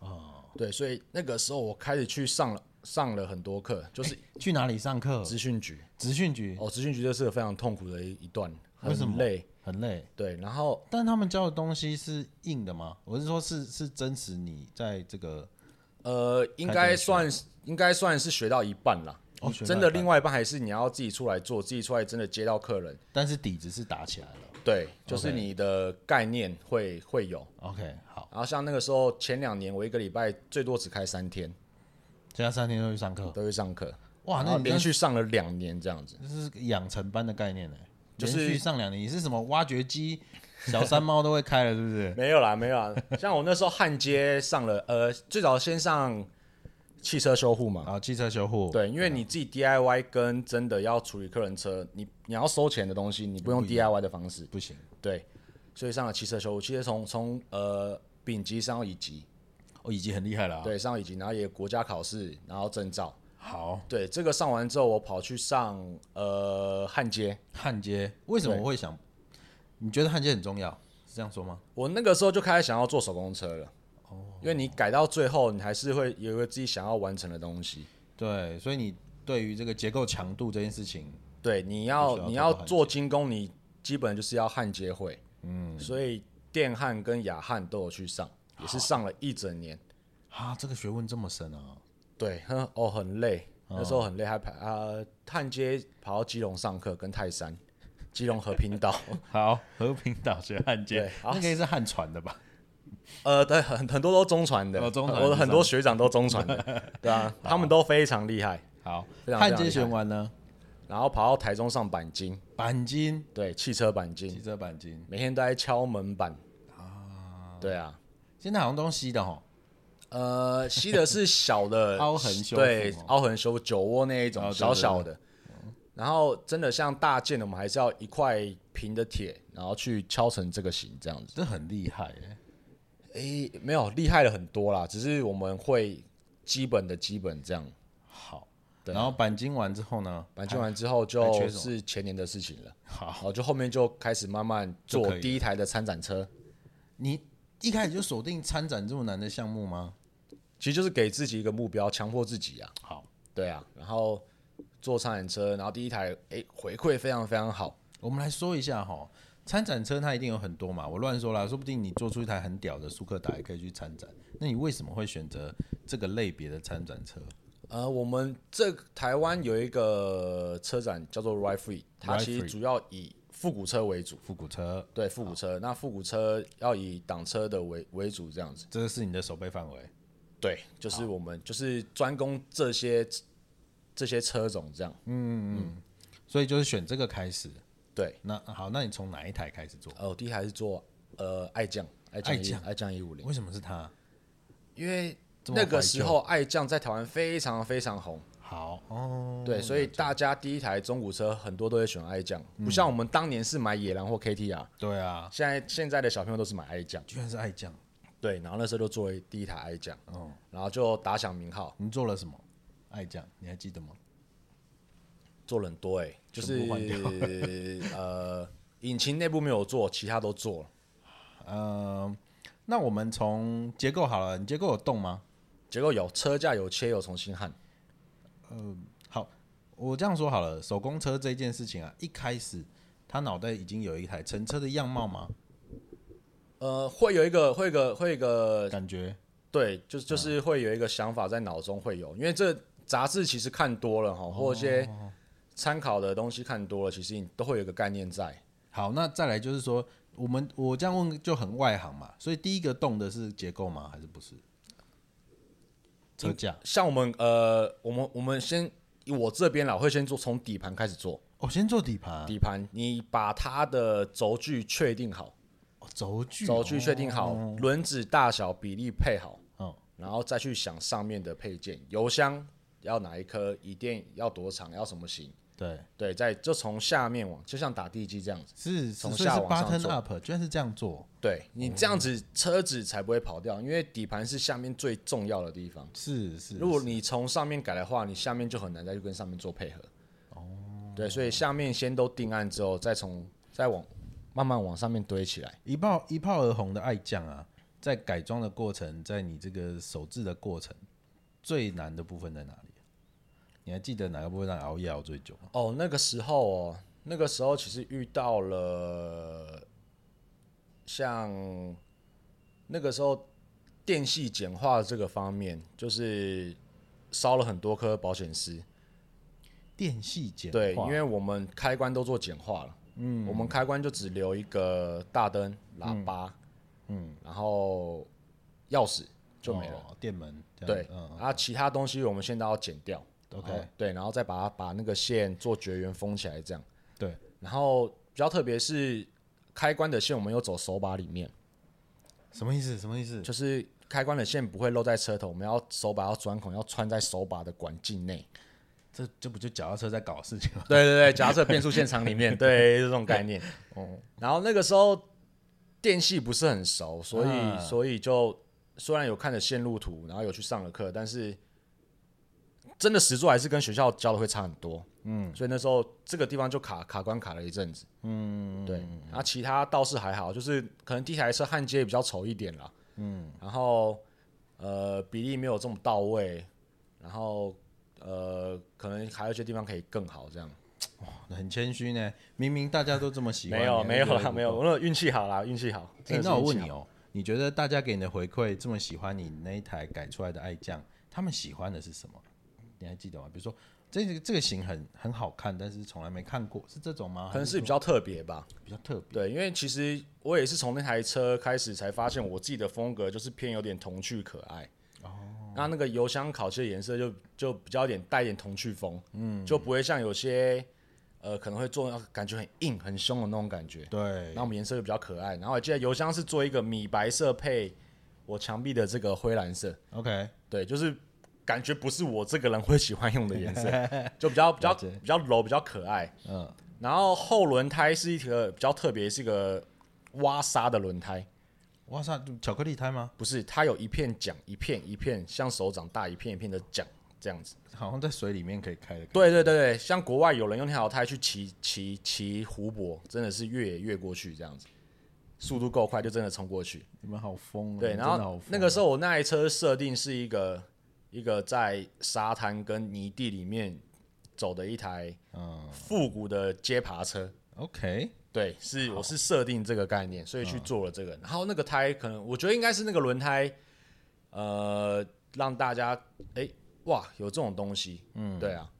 Speaker 2: 哦，对，所以那个时候我开始去上了上了很多课，就是
Speaker 1: 去哪里上课？
Speaker 2: 资讯局。
Speaker 1: 职训局
Speaker 2: 哦，资讯局这是个非常痛苦的一一段，
Speaker 1: 为什
Speaker 2: 很
Speaker 1: 么
Speaker 2: 累。
Speaker 1: 很累，
Speaker 2: 对，然后
Speaker 1: 但他们教的东西是硬的吗？我是说是，是真实你在这个
Speaker 2: 呃，应
Speaker 1: 开
Speaker 2: 该
Speaker 1: 店学
Speaker 2: 算是应该算是学到一半啦。
Speaker 1: 哦
Speaker 2: 你
Speaker 1: 学到
Speaker 2: 真
Speaker 1: 一
Speaker 2: 的，
Speaker 1: 半
Speaker 2: 另外一半还是你要自己出来做，自己出来真的接到客人。
Speaker 1: 但是底子是打起来了。
Speaker 2: 对，就是
Speaker 1: OK
Speaker 2: 你的概念会会有。
Speaker 1: OK，好，
Speaker 2: 然后像那个时候前两年，我一个礼拜最多只开三天，
Speaker 1: 现在三天都去上课，
Speaker 2: 都会上课。
Speaker 1: 哇，啊
Speaker 2: 然
Speaker 1: 那
Speaker 2: 后
Speaker 1: 你
Speaker 2: 连
Speaker 1: 真
Speaker 2: 续上了两年这样子。
Speaker 1: 这是个养成班的概念呢、
Speaker 2: 就是
Speaker 1: 连续上两年，你是什么挖掘机、小山猫都会开了，是不
Speaker 2: (laughs)
Speaker 1: 是？
Speaker 2: 没有啦，没有啦。像我那时候焊接上了，呃，最早先上汽车修护嘛，
Speaker 1: 然后啊汽车修护，
Speaker 2: 对，因啊为你自己 DIY 跟真的要处理客人车，你你要收钱的东西，你不用 DIY 的方式，
Speaker 1: 不行
Speaker 2: 对，所以上了汽车修护，汽车从从呃丙级上到乙级，
Speaker 1: 哦，已经很厉害了、啊。
Speaker 2: 对，上到乙级，然后也国家考试，然后证照，
Speaker 1: 好，
Speaker 2: 对，这个上完之后，我跑去上呃焊接，
Speaker 1: 焊接为什么会想？你觉得焊接很重要？是这样说吗？
Speaker 2: 我那个时候就开始想要做手工车了。哦，因为你改到最后，你还是会有一个自己想要完成的东西。
Speaker 1: 对，所以你对于这个结构强度这件事情，
Speaker 2: 对，你要
Speaker 1: 需要做
Speaker 2: 你要
Speaker 1: 到焊
Speaker 2: 做精工，你基本就是要焊接会。嗯，所以电焊跟亚焊都有去上，也是上了一整年。
Speaker 1: 啊，这个学问这么深啊，
Speaker 2: 对，哼，哦，很累，
Speaker 1: 嗯
Speaker 2: 那时候很累，还跑啊焊接跑到基隆上课，跟泰山、基隆和平岛， (laughs)
Speaker 1: 好，和平岛学焊接
Speaker 2: 对，好
Speaker 1: 那个也是焊船的吧？
Speaker 2: 呃，对，很很多都中传的，
Speaker 1: 哦中传
Speaker 2: 我
Speaker 1: 是
Speaker 2: 的
Speaker 1: 上
Speaker 2: 很多学长都中
Speaker 1: (laughs)
Speaker 2: 传的，对啊，他们都非常厉害。
Speaker 1: 好，
Speaker 2: 非常
Speaker 1: 焊接
Speaker 2: 非常厉害
Speaker 1: 学完呢，
Speaker 2: 然后跑到台中上钣金，
Speaker 1: 钣金，
Speaker 2: 对，汽车钣
Speaker 1: 汽
Speaker 2: 金，
Speaker 1: 车钣金，
Speaker 2: 每天都在敲门板啊，对啊，
Speaker 1: 现在好像东西的哈，
Speaker 2: 呃，吸的是小
Speaker 1: (laughs)
Speaker 2: 的
Speaker 1: 凹痕修复
Speaker 2: 对
Speaker 1: 哦，
Speaker 2: 凹痕修酒窝那一
Speaker 1: 哦
Speaker 2: 种
Speaker 1: 对
Speaker 2: 小小的，然后真的像大件的，我们还是要一块平的铁，然后去敲成这个形这样子。
Speaker 1: 这很厉害耶。
Speaker 2: 诶，没有厉害的很多啦，只是我们会基本的基本这样。
Speaker 1: 好，
Speaker 2: 对啊
Speaker 1: 然后钣金完之后呢？
Speaker 2: 钣金完之后就
Speaker 1: 还缺什么
Speaker 2: 是前年的事情了，
Speaker 1: 好，
Speaker 2: 然后就后面就开始慢慢
Speaker 1: 就可
Speaker 2: 做
Speaker 1: 以了
Speaker 2: 第一台的参展车，
Speaker 1: 你一开始就锁定参展这么难的项目吗？
Speaker 2: 其实就是给自己一个目标，强迫自己啊，
Speaker 1: 好，
Speaker 2: 对啊，然后做参展车，然后第一台诶回馈非常非常好，
Speaker 1: 我们来说一下哈，参展车它一定有很多嘛，我乱说啦，说不定你做出一台很屌的舒克达也可以去参展。那你为什么会选择这个类别的参展车？
Speaker 2: 呃，我们这个台湾有一个车展叫做 Ride Free，它
Speaker 1: Ride
Speaker 2: 其实
Speaker 1: Free
Speaker 2: 主要以复古车为主，
Speaker 1: 复古车，
Speaker 2: 对复古车，那复古车要以挡车的为为主这样子，
Speaker 1: 这个是你的手背范围。
Speaker 2: 对，就是我们就是专攻这些这些车种这样，
Speaker 1: 所以就是选这个开始。
Speaker 2: 对，
Speaker 1: 那好，那你从哪一台开始做？
Speaker 2: 呃，我第一台是做呃爱将，爱
Speaker 1: 爱
Speaker 2: 将一
Speaker 1: 将
Speaker 2: 爱将一五零，
Speaker 1: 为什么是它？
Speaker 2: 因为
Speaker 1: 这么
Speaker 2: 那个
Speaker 1: 怀
Speaker 2: 时
Speaker 1: 旧
Speaker 2: 候爱将在台湾非常非常红，
Speaker 1: 好哦，
Speaker 2: 对，所以大家第一台中古车很多都会选爱将，不
Speaker 1: 嗯
Speaker 2: 像我们当年是买野狼或 KTR，
Speaker 1: 对啊，
Speaker 2: 现在现在的小朋友都是买爱将。
Speaker 1: 居然是爱将。
Speaker 2: 对，然后那时候就作为第一台爱将，
Speaker 1: 哦，
Speaker 2: 然后就打响名号，
Speaker 1: 你做了什么？爱将，你还记得吗？
Speaker 2: 做了很多哎、就
Speaker 1: 全部换
Speaker 2: 是呃，引擎内部没有做，其他都做了。
Speaker 1: 呃，那我们从结构好了，你结构有动吗？
Speaker 2: 结果有车架有切有重新焊，
Speaker 1: 好，我这样说好了，手工车这件事情啊，一开始他脑袋已经有一台乘车的样貌吗？
Speaker 2: 呃，会有一个会有一个会有一个
Speaker 1: 感觉
Speaker 2: 对，就是
Speaker 1: 啊
Speaker 2: 就是会有一个想法在脑中会有，因为这杂志其实看多了哈，或者一些
Speaker 1: 哦
Speaker 2: 参考的东西看多了，其实你都会有一个概念在。
Speaker 1: 好，那再来就是说，我们我这样问就很外行嘛，所以第一个动的是结构吗？还是不是？车架
Speaker 2: 像我们呃，我们我们先以我这边啦，我会先做从底盘开始做。
Speaker 1: 哦，先做底盘，
Speaker 2: 底盘，你把它的轴距确定好，
Speaker 1: 哦轴距，
Speaker 2: 轴距确定好，轮子大小比例配好，
Speaker 1: 哦，
Speaker 2: 然后再去想上面的配件，油箱要哪一颗，椅垫要多长，要什么型，
Speaker 1: 对，
Speaker 2: 对，再就从下面往，就像打地基这样子，
Speaker 1: 是，
Speaker 2: 从
Speaker 1: 所以是
Speaker 2: 下往上
Speaker 1: button
Speaker 2: 做
Speaker 1: up，居然是这样做，
Speaker 2: 对你这样子车子才不会跑掉，因为底盘是下面最重要的地方。
Speaker 1: 是是，
Speaker 2: 如果你从上面改的话，你下面就很难再去跟上面做配合。哦，对，所以下面先都定案之后，再从再往慢慢往上面堆起来。
Speaker 1: 一炮一炮而红的爱将啊，在改装的过程，在你这个手制的过程，最难的部分在哪里？啊你还记得哪个部分让你熬夜熬最久吗？
Speaker 2: 哦，那个时候哦，那个时候其实遇到了像那个时候电系简化这个方面，就是烧了很多颗保险丝。
Speaker 1: 电系简化，
Speaker 2: 对，因为我们开关都做简化了，嗯，我们开关就只留一个大灯、喇叭，嗯，然后钥匙就没了。
Speaker 1: 哦电门这样
Speaker 2: 对
Speaker 1: 子，，嗯，
Speaker 2: 啊，其他东西我们现在要剪掉。
Speaker 1: OK
Speaker 2: 然后对，然后再把它把那个线做绝缘封起来，这样。
Speaker 1: 对，
Speaker 2: 然后比较特别是开关的线，我们又走手把里面，
Speaker 1: 什么意思？什么意思？
Speaker 2: 就是开关的线不会露在车头，我们要手把要钻孔，要穿在手把的管径内。
Speaker 1: 这这不就脚踏车在搞的事情吗？ (laughs)
Speaker 2: 对对对，假设变速现场里 (laughs) 面，对这种概念。哦，然后那个时候电系不是很熟，所以、
Speaker 1: 啊
Speaker 2: 所以就虽然有看着线路图，然后有去上了课，但是真的实做还是跟学校教的会差很多。嗯，所以那时候这个地方就卡卡关卡了一阵子。嗯，对。然后其他倒是还好，就是可能第一台车焊接也比较丑一点啦。嗯，然后呃比例没有这么到位，然后呃可能还有一些地方可以更好这样。
Speaker 1: 很谦虚呢，明明大家都这么喜欢，
Speaker 2: 没有
Speaker 1: 你还
Speaker 2: 没有
Speaker 1: 觉得
Speaker 2: 啦，
Speaker 1: 不
Speaker 2: 没有，
Speaker 1: 够。
Speaker 2: 我那运气好啦，运气好。
Speaker 1: 哎、
Speaker 2: 真的是
Speaker 1: 那我问
Speaker 2: 运气
Speaker 1: 你哦，你觉得大家给你的回馈这么喜欢你那一台改出来的爱酱，他们喜欢的是什么？你还记得吗？比如说这个这个型很很好看，但是从来没看过，是这种吗？
Speaker 2: 好，可能是比
Speaker 1: 较
Speaker 2: 较特别吧。
Speaker 1: 比较特别。
Speaker 2: 对，因为其实我也是从那台车开始才发现，我自己的风格就是偏有点童趣可爱。哦，那那个油箱烤漆的颜色就就比较有点带一点童趣风，嗯，就不会像有些呃可能会做感觉很硬很凶的那种感觉。
Speaker 1: 对
Speaker 2: 那我们颜色就比较可爱。然后我记得油箱是做一个米白色配我墙壁的这个灰蓝色，
Speaker 1: ，OK，
Speaker 2: 对，就是感觉不是我这个人会喜欢用的颜色，就比较比较比较柔，比较可爱。
Speaker 1: 嗯，
Speaker 2: 然后后轮胎是一个比较特别，是一个挖沙的轮胎，
Speaker 1: 哇塞，巧克力胎吗？ (laughs)
Speaker 2: 不是它有一片桨，一片一片像手掌大一片一片的桨这样子。
Speaker 1: 好像在水里面可以开的。
Speaker 2: 对对对对，像国外有人用那条胎去骑骑骑湖泊，真的是越野越过去这样子，速度够快就真的冲过去。
Speaker 1: 你们好疯哦！
Speaker 2: 对，
Speaker 1: 你们
Speaker 2: 然
Speaker 1: 真的好
Speaker 2: 后
Speaker 1: 疯
Speaker 2: 那个时候我那台车设定是一个一个在沙滩跟泥地里面走的一台
Speaker 1: 嗯
Speaker 2: 复古的街爬车。
Speaker 1: ，OK，
Speaker 2: 对，是我是设定这个概念，所以去做了这个。
Speaker 1: 嗯
Speaker 2: 然后那个胎可能我觉得应该是那个轮胎，呃，让大家哎、哇有这种东西，嗯，对啊，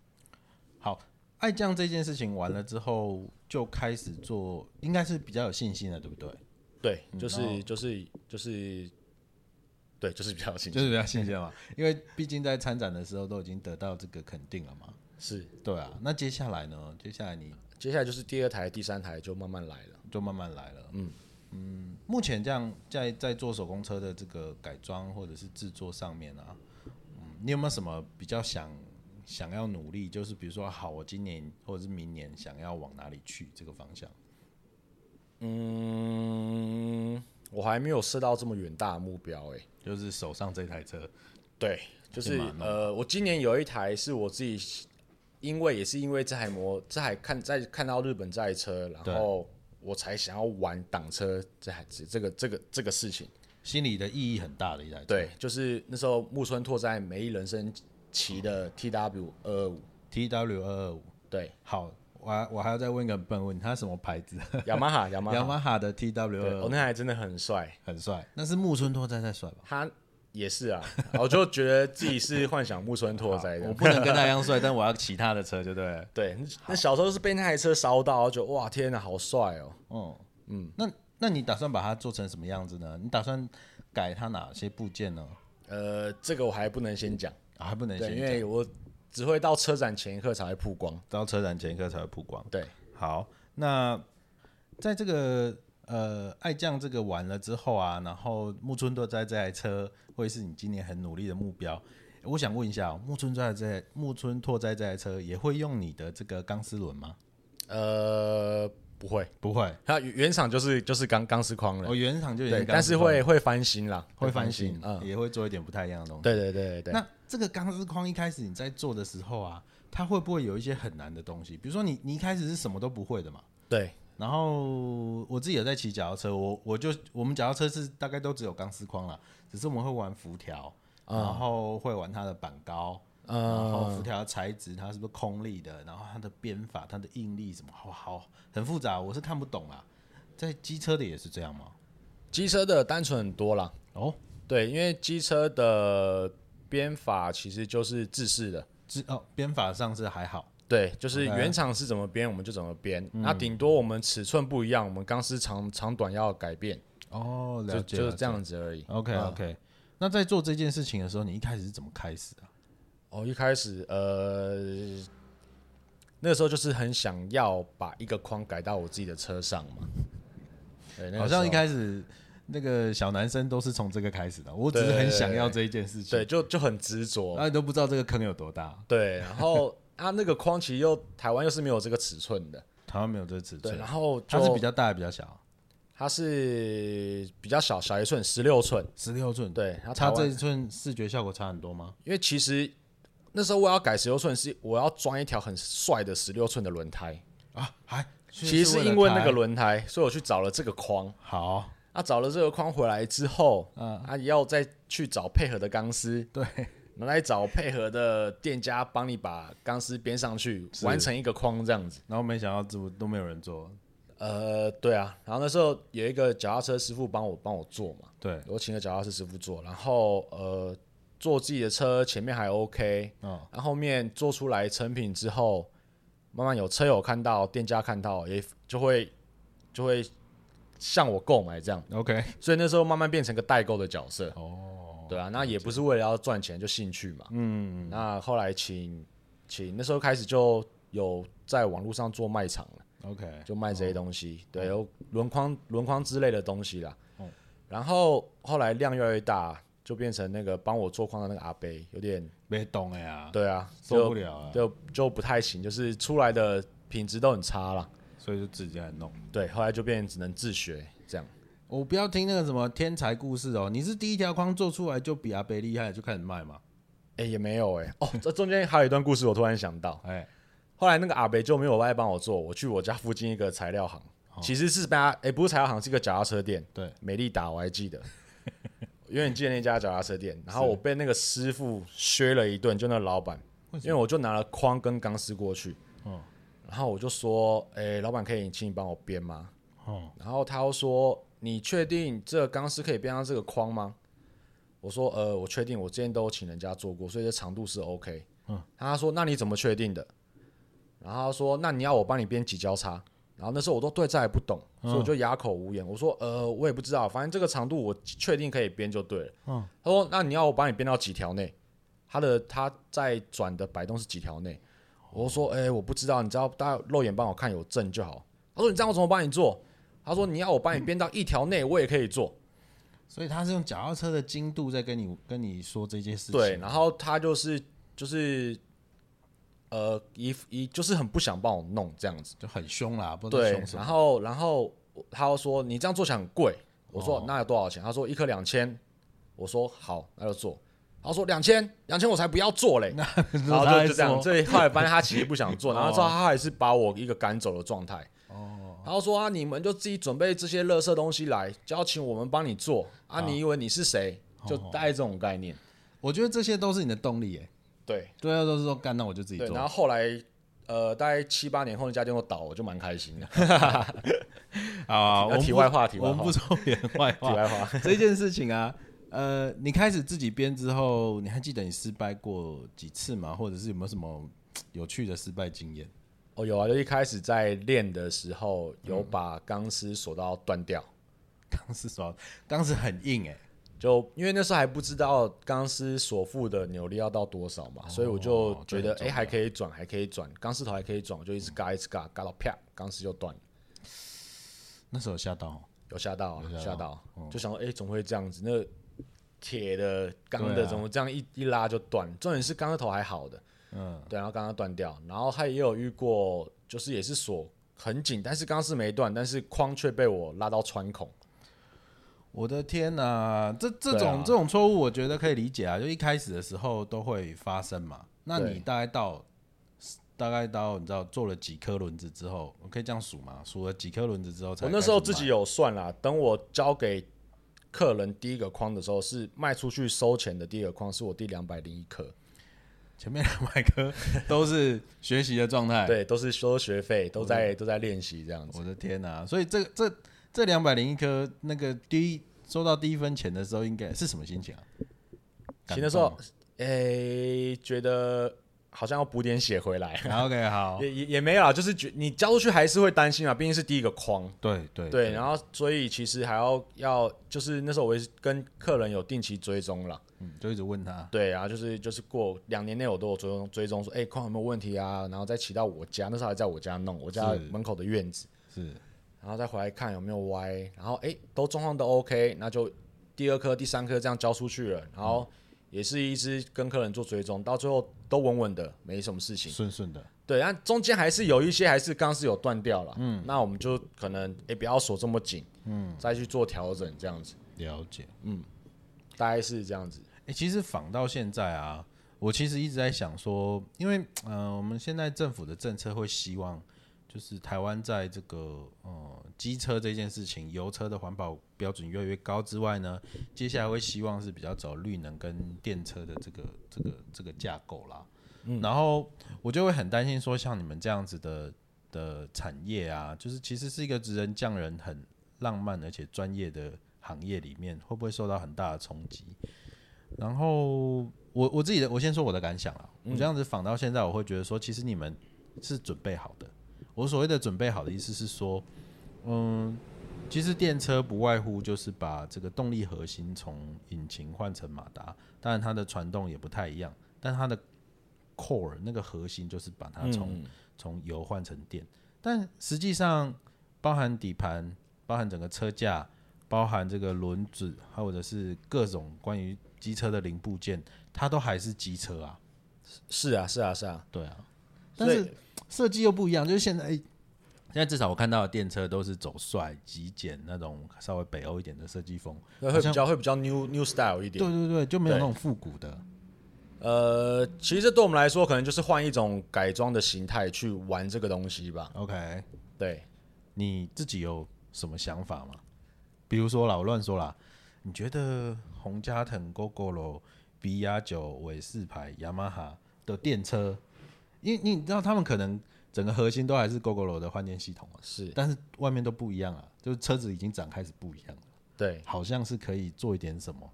Speaker 1: 好，爱酱这件事情完了之后，就开始做，应该是比较有信心的，对不对？
Speaker 2: 对，
Speaker 1: 嗯
Speaker 2: 就是就是就是，对，就是比较新，
Speaker 1: 就是比较信心嘛， (laughs) 因为毕竟在参展的时候都已经得到这个肯定了嘛。
Speaker 2: 是。
Speaker 1: 对啊，那接下来呢？接下来你
Speaker 2: 接下来就是第二台、第三台就慢慢来了。
Speaker 1: 就慢慢来了。嗯嗯，目前这样在在做手工车的这个改装或者是制作上面啊，嗯，你有没有什么比较想想要努力？就是比如说，好，我今年或者是明年想要往哪里去这个方向？
Speaker 2: 嗯，我还没有设到这么远大的目标哎、
Speaker 1: 就是手上这台车，
Speaker 2: 对，就是
Speaker 1: 先把它弄
Speaker 2: 呃，我今年有一台是我自己喜，因为也是因为这台摩这台看在看到日本这台车，然
Speaker 1: 对
Speaker 2: 后我才想要玩挡车这台这这个这个这个事情。
Speaker 1: 心里的意义很大的一台车。
Speaker 2: 对，就是那时候木村拓哉美丽人生骑
Speaker 1: 哦
Speaker 2: 的 TW 二五，
Speaker 1: ，T W 二二五。 (laughs)
Speaker 2: 对，
Speaker 1: 好，我还我还要再问一个笨问，它什么牌子？
Speaker 2: 雅马哈雅马
Speaker 1: 雅 (laughs)
Speaker 2: 哈，
Speaker 1: 马哈的 T W
Speaker 2: 对，
Speaker 1: 二
Speaker 2: 哦，那台真的很帅，
Speaker 1: 很帅，那是木村拓哉在帅吧？
Speaker 2: 他也是啊，我就觉得自己是幻想木村拓哉
Speaker 1: 我
Speaker 2: 的。
Speaker 1: 不能跟他一样帅， (laughs) 但我要骑他的车，就对了。
Speaker 2: 对，那小时候是被那台车烧到，就哇天哪，好帅哦！
Speaker 1: 哦，嗯，那那你打算把它做成什么样子呢？你打算改它哪些部件呢？
Speaker 2: 呃，这个我还不能先讲。
Speaker 1: 啊、还不能
Speaker 2: 对，
Speaker 1: 先
Speaker 2: 因
Speaker 1: 讲，
Speaker 2: 为我只会到车展前一刻才会曝光。
Speaker 1: 到车展前一刻才会曝光。
Speaker 2: 对，
Speaker 1: 好，那在这个呃爱将这个完了之后啊，然后木村拓哉这台车会是你今年很努力的目标。我想问一下哦、木村拓哉这台木村拓哉这台车也会用你的这个钢丝轮吗？
Speaker 2: 呃，不会，
Speaker 1: 不会，
Speaker 2: 它原原厂就是就是钢钢丝框了，
Speaker 1: 我原厂就已经
Speaker 2: 对，
Speaker 1: 钢丝
Speaker 2: 但是
Speaker 1: 框
Speaker 2: 会会翻新啦，
Speaker 1: 会翻新，
Speaker 2: 嗯，
Speaker 1: 也会做一点不太一样的东西。
Speaker 2: 对对对对对，
Speaker 1: 那这个钢丝框一开始你在做的时候啊，它会不会有一些很难的东西？比如说你你一开始是什么都不会的嘛？
Speaker 2: 对
Speaker 1: 然后我自己有在骑脚踏车，我我就我们脚踏车是大概都只有钢丝框啦，只是我们会玩辐条，然后会玩它的板高，然后辐条的材质它是不是空力的，然后它的编法、它的应力什么，好好很复杂，我是看不懂啦。在机车的也是这样吗？
Speaker 2: 机车的单纯很多啦，
Speaker 1: 哦，
Speaker 2: 对，因为机车的编法其实就是制式的。
Speaker 1: 这哦编法上是还好，
Speaker 2: 对，就是原厂是怎么编，我们就怎么编。
Speaker 1: 嗯
Speaker 2: 那顶多我们尺寸不一样，我们钢丝长长短要改变，
Speaker 1: 哦
Speaker 2: 就
Speaker 1: 了解，
Speaker 2: 就
Speaker 1: 了解
Speaker 2: 是这样子而已。
Speaker 1: OK
Speaker 2: 嗯
Speaker 1: OK，、那在做这件事情的时候，你一开始是怎么开始的、啊？
Speaker 2: 哦，一开始呃，那个时候就是很想要把一个框改到我自己的车上嘛。对，那个
Speaker 1: 好
Speaker 2: 时候
Speaker 1: 像一开始那个小男生都是从这个开始的，我只
Speaker 2: 对
Speaker 1: 是很想要这一件事情，
Speaker 2: 对，就就很执着
Speaker 1: 然。后你都不知道这个坑有多大。
Speaker 2: 对，然后啊，那个框其实又台湾又是没有这个尺寸的。
Speaker 1: 台湾没有这个尺
Speaker 2: 对，
Speaker 1: 寸，
Speaker 2: 然后就
Speaker 1: 它是比较大还是比较小？
Speaker 2: 它是比较小，小一寸，十六寸。
Speaker 1: 十六寸，，
Speaker 2: 对，然后台
Speaker 1: 差
Speaker 2: 湾
Speaker 1: 这一寸视觉效果差很多吗？
Speaker 2: 因为其实那时候我要改十六寸，是我要装一条很帅的十六寸的轮胎。
Speaker 1: 啊，还
Speaker 2: 其实是因为那个
Speaker 1: 轮
Speaker 2: 轮胎，所以我去找了这个框。
Speaker 1: 好，
Speaker 2: 啊，找了这个框回来之后，
Speaker 1: 嗯
Speaker 2: 啊，要再去找配合的钢丝，
Speaker 1: 对，
Speaker 2: 然后再找配合的店家帮你把钢丝编上去，
Speaker 1: 是
Speaker 2: 完成一个框这样子。
Speaker 1: 然后没想到这么都没有人做，
Speaker 2: 呃，对啊，然后那时候有一个脚踏车师傅帮我帮我做嘛，
Speaker 1: 对，
Speaker 2: 我请个脚踏车师傅做，然后呃，做自己的车前面还 OK，
Speaker 1: 哦，
Speaker 2: 然后后面做出来成品之后，慢慢有车友看到，店家看到，也就会就会向我购买这样，
Speaker 1: OK，
Speaker 2: 所以那时候慢慢变成个代购的角色，
Speaker 1: 哦，
Speaker 2: 对啊，那也不是为了要赚钱，就兴趣嘛。
Speaker 1: 嗯，
Speaker 2: 那后来请请那时候开始就有在网络上做卖场了。
Speaker 1: ，OK，
Speaker 2: 就卖这些东西，对，有轮框、轮框之类的东西啦。
Speaker 1: 哦
Speaker 2: 然后后来量越来越大，就变成那个帮我做框的那个阿伯有点，
Speaker 1: 没懂了呀，
Speaker 2: 对啊，
Speaker 1: 受不
Speaker 2: 就
Speaker 1: 了啊，
Speaker 2: 就就不太行，就是出来的品质都很差啦。
Speaker 1: 所以就自己来弄。
Speaker 2: 对，后来就变成只能自学这样。
Speaker 1: 我不要听那个什么天才故事哦，你是第一条框做出来就比阿贝厉害，就开始卖嘛，
Speaker 2: 哎、也没有哎、哦，这中间还有一段故事，我突然想到，
Speaker 1: 哎，
Speaker 2: 后来那个阿伯就没有爱帮我做，我去我家附近一个材料行，其实是被他，哎、不是材料行，是一个脚踏车店，
Speaker 1: 哦对，
Speaker 2: 美利达我还
Speaker 1: (laughs)
Speaker 2: 记得，永远记得那家脚踏车店。然后我被那个师傅削了一顿，就那老板，
Speaker 1: 为
Speaker 2: 因为我就拿了框跟钢丝过去，
Speaker 1: 哦
Speaker 2: 然后我就说，哎、老板可以请你帮我编吗？
Speaker 1: 哦，
Speaker 2: 然后他又说，你确定这个钢丝可以编上这个框吗？我说，呃，我确定，我之前都有请人家做过，所以这长度是 OK。
Speaker 1: 嗯，
Speaker 2: 他说，那你怎么确定的？然后他说，那你要我帮你编几交叉？然后那时候我都对这还不懂，
Speaker 1: 嗯
Speaker 2: 所以我就哑口无言。我说，呃，我也不知道，反正这个长度我确定可以编就对了。
Speaker 1: 嗯，
Speaker 2: 他说，那你要我帮你编到几条内？他的他在转的摆动是几条内？我就说，哎、我不知道，你只要大家肉眼帮我看有正就好。他说，你这样我怎么帮你做？他说，你要我帮你编到一条内，我也可以做。
Speaker 1: 所以他是用脚踏车的精度在跟你跟你说这件事情。
Speaker 2: 对，然后他就是就是呃一一就是很不想帮我弄这样子，
Speaker 1: 就很凶啦，不知道在
Speaker 2: 对
Speaker 1: 哦凶，什
Speaker 2: 然
Speaker 1: 么。
Speaker 2: 后然后他又说你这样做起来很贵，我说、那有多少钱？他说一颗两千，我说好，那就做。他说两千，两千我才不要做嘞，
Speaker 1: (laughs)
Speaker 2: 然
Speaker 1: 他
Speaker 2: 后就
Speaker 1: 还
Speaker 2: 就这样，
Speaker 1: 说
Speaker 2: 所以后来发现他其实不
Speaker 1: (laughs)
Speaker 2: 想做，然后
Speaker 1: 哦
Speaker 2: 之后他还是把我一个赶走的状态。
Speaker 1: 哦，
Speaker 2: 然后说啊，你们就自己准备这些垃圾东西来，就要请我们帮你做啊，你以为你是谁？就
Speaker 1: 哦
Speaker 2: 大概这种概念。
Speaker 1: 我觉得这些都是你的动力耶。
Speaker 2: 对
Speaker 1: 对啊，都是说干，那我就自己
Speaker 2: 对，然
Speaker 1: 做。
Speaker 2: 后后来呃，大概七八年后那家店又倒，我就蛮
Speaker 1: (laughs)
Speaker 2: 开心的。
Speaker 1: 啊，我们
Speaker 2: 题
Speaker 1: 不
Speaker 2: 外话题外
Speaker 1: 我们
Speaker 2: 话
Speaker 1: 不说别人坏
Speaker 2: 题
Speaker 1: 话。
Speaker 2: 外话，
Speaker 1: (laughs) 这件事情啊，呃，你开始自己编之后，你还记得你失败过几次吗？或者是有没有什么嘖有趣的失败经验？
Speaker 2: 哦有啊，就一开始在练的时候有
Speaker 1: 嗯
Speaker 2: 把钢丝锁到断掉，
Speaker 1: 当时说，当时很硬哎，
Speaker 2: 就因为那时候还不知道钢丝所附的扭力要到多少嘛，所以我就觉得
Speaker 1: 这很哦
Speaker 2: 哎、
Speaker 1: 重要
Speaker 2: 还可以转，还可以转，钢丝头还可以转，我就一直嘎一直嘎，嘎到啪，钢丝就断了。
Speaker 1: 那时候有吓到哦。
Speaker 2: 有吓到啊，
Speaker 1: 有吓
Speaker 2: 吓
Speaker 1: 到哦
Speaker 2: 到，就想说，哎、怎么会这样子？那铁的、钢
Speaker 1: 对
Speaker 2: 的，
Speaker 1: 啊
Speaker 2: 怎么这样一一拉就断？重点是钢的头还好的，
Speaker 1: 嗯，
Speaker 2: 对，然后刚刚断掉，然后他也有遇过，就是也是锁很紧，但是钢丝没断，但是框却被我拉到穿孔。
Speaker 1: 我的天呐、这这
Speaker 2: 对
Speaker 1: 种、
Speaker 2: 啊
Speaker 1: 这种错误，我觉得可以理解啊，就一开始的时候都会发生嘛。那
Speaker 2: 对
Speaker 1: 你大概到大概到你知道做了几颗轮子之后，我可以这样数吗？数了几颗轮子之后才
Speaker 2: 我
Speaker 1: 开始卖？
Speaker 2: 那时候自己有算啦，等我交给客人第一个框的时候，是卖出去收钱的第一个框，是我第两百零一颗，
Speaker 1: 前面两百颗都是学习的状态。，
Speaker 2: 对，都是收学费，都在都在练习这样
Speaker 1: 嗯
Speaker 2: 子。
Speaker 1: 我的天呐、所以这这这两百零一颗那个第一收到第一分钱的时候，应该是什么心
Speaker 2: (laughs)
Speaker 1: 情啊？
Speaker 2: 其实那时候，
Speaker 1: 啊
Speaker 2: 诶、觉得好像要补点血回来，
Speaker 1: o k 啊好，
Speaker 2: 也也也没有啊，就是觉你交出去还是会担心啊，毕竟是第一个框。
Speaker 1: 对对
Speaker 2: 对，然后所以其实还要要，就是那时候我也是跟客人有定期追踪了，
Speaker 1: 嗯，就一直问他，
Speaker 2: 对，然后就是就是过两年内我都有追踪追踪说，哎、框有没有问题啊？然后再骑到我家，那时候还在我家弄，我家
Speaker 1: 是
Speaker 2: 门口的院子，
Speaker 1: 是
Speaker 2: 然后再回来看有没有歪，然后哎、都状况都 OK，那就第二颗、第三颗这样交出去了，然后也是一直跟客人做追踪，到最后都稳稳的，没什么事情。
Speaker 1: 顺顺的。
Speaker 2: 对，但中间还是有一些还是钢丝有断掉了，嗯，那我们就可能也、不要锁这么紧，嗯，再去做调整这样子，
Speaker 1: 了解。
Speaker 2: 大概是这样子。
Speaker 1: 哎、其实仿到现在啊，我其实一直在想说，因为呃，我们现在政府的政策会希望，就是台湾在这个呃机车这件事情，油车的环保标准越来越高之外呢，接下来会希望是比较走绿能跟电车的这个这个这个架构啦。然后我就会很担心说，像你们这样子的的产业啊，就是其实是一个职人匠人很浪漫而且专业的行业里面，会不会受到很大的冲击？然后我我自己的，我先说我的感想啊，我这样子访到现在，我会觉得说，其实你们是准备好的。我所谓的准备好的意思是说，嗯，其实电车不外乎就是把这个动力核心从引擎换成马达，当然它的传动也不太一样，但它的 core 那个核心就是把它从
Speaker 2: 嗯
Speaker 1: 从油换成电，但实际上包含底盘、包含整个车架、包含这个轮子，或者是各种关于机车的零部件，它都还是机车啊。
Speaker 2: 是啊是啊是啊，
Speaker 1: 对啊，但
Speaker 2: 所以
Speaker 1: 是设计又不一样，就是现在哎现在至少我看到的电车都是走帅、极简那种稍微北欧一点的设计风。
Speaker 2: 对
Speaker 1: 好
Speaker 2: 会
Speaker 1: 像
Speaker 2: 比较会比较 new new style 一点。
Speaker 1: 对对对，就没有那
Speaker 2: 对
Speaker 1: 种复古的。
Speaker 2: 呃，其实这对我们来说，可能就是换一种改装的形态去玩这个东西吧。
Speaker 1: OK，
Speaker 2: 对，
Speaker 1: 你自己有什么想法吗？比如说啦，我乱说啦，你觉得红加藤、GoGoRo、B 压九、尾四排、雅马哈的电车，因为你知道他们可能整个核心都还是 GoGoRo 的换电系统啊，
Speaker 2: 是
Speaker 1: 但是外面都不一样啊，就是车子已经长开始不一样了，
Speaker 2: 对，
Speaker 1: 好像是可以做一点什么。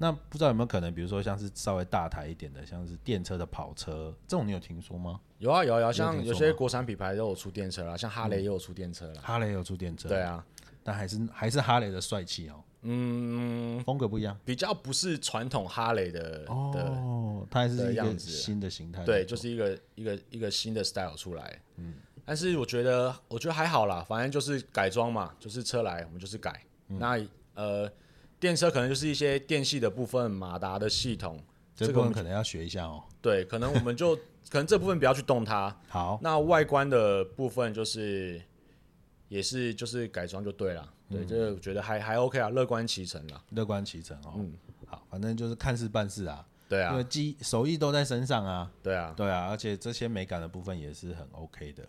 Speaker 1: 那不知道有没有可能，比如说像是稍微大台一点的，像是电车的跑车，这种你有听说吗？
Speaker 2: 有啊有啊有啊，像
Speaker 1: 听
Speaker 2: 有
Speaker 1: 说
Speaker 2: 些
Speaker 1: 吗嗯
Speaker 2: 国产品牌都有出电车啦，像哈雷也有出电车啦。
Speaker 1: 哈雷有出电车，
Speaker 2: 对，啊，
Speaker 1: 但还是还是哈雷的帅气哦，
Speaker 2: 嗯，
Speaker 1: 风格不一样。
Speaker 2: 比较不是传统哈雷的的，
Speaker 1: 哦，它还是
Speaker 2: 的
Speaker 1: 一
Speaker 2: 样
Speaker 1: 个
Speaker 2: 子啊
Speaker 1: 新的形态。
Speaker 2: 对，就是一个一个一个新的 style 出来。嗯，但是我觉得我觉得还好啦，反正就是改装嘛，就是车来我们就是改。
Speaker 1: 嗯
Speaker 2: 那呃，电车可能就是一些电系的部分、马达的系统，
Speaker 1: 这
Speaker 2: 这
Speaker 1: 部
Speaker 2: 个我
Speaker 1: 分
Speaker 2: 们
Speaker 1: 可能要学一下哦。
Speaker 2: 对，可能我们 (laughs) 就可能这部分不要去动它。
Speaker 1: 好，
Speaker 2: 那外观的部分就是也是就是改装就对了，对，这个我觉得还还 OK 啊，乐观其成啦。
Speaker 1: 乐观其成哦。好，反正就是看事办事啊，
Speaker 2: 嗯对
Speaker 1: 因
Speaker 2: 啊
Speaker 1: 为，技手艺都在身上啊。
Speaker 2: 对啊，
Speaker 1: 对啊，而且这些美感的部分也是很 OK 的。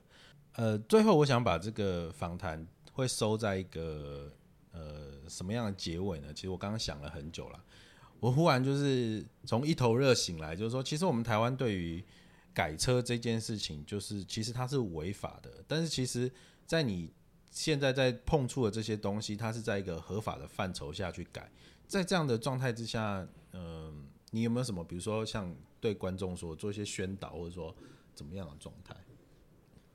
Speaker 1: 呃，最后我想把这个访谈会收在一个呃什么样的结尾呢？其实我刚刚想了很久了，我忽然就是从一头热醒来，就是说，其实我们台湾对于改车这件事情，就是其实它是违法的，但是其实，在你现在在碰触的这些东西，它是在一个合法的范畴下去改，在这样的状态之下，嗯、你有没有什么，比如说像对观众说做一些宣导，或者说怎么样的状态？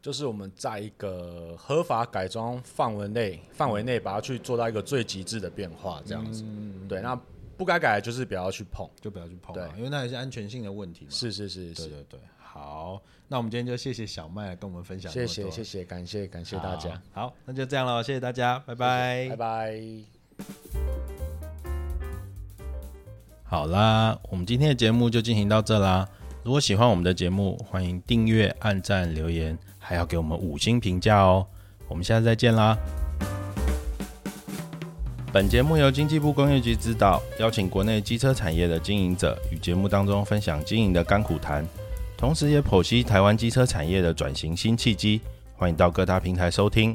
Speaker 2: 就是我们在一个合法改装范围内范围内把它去做到一个最极致的变化，这样子。对，那不该改的就是不要去碰。
Speaker 1: 就不要去碰、啊，因为那也是安全性的问题嘛。
Speaker 2: 是是是
Speaker 1: 对
Speaker 2: 是，
Speaker 1: 对对，好，那我们今天就谢谢小麦来跟我们分享这
Speaker 2: 谢
Speaker 1: 么多，
Speaker 2: 谢谢谢，感谢感谢大家，
Speaker 1: 好。好，那就这样了，谢谢大家，拜拜，
Speaker 2: 拜拜。
Speaker 1: 好啦，我们今天的节目就进行到这啦。如果喜欢我们的节目，欢迎订阅、按赞、留言，还要给我们五星评价哦。我们下次再见啦。本节目由经济部工业局指导，邀请国内机车产业的经营者与节目当中分享经营的甘苦谈，同时也剖析台湾机车产业的转型新契机。欢迎到各大平台收听，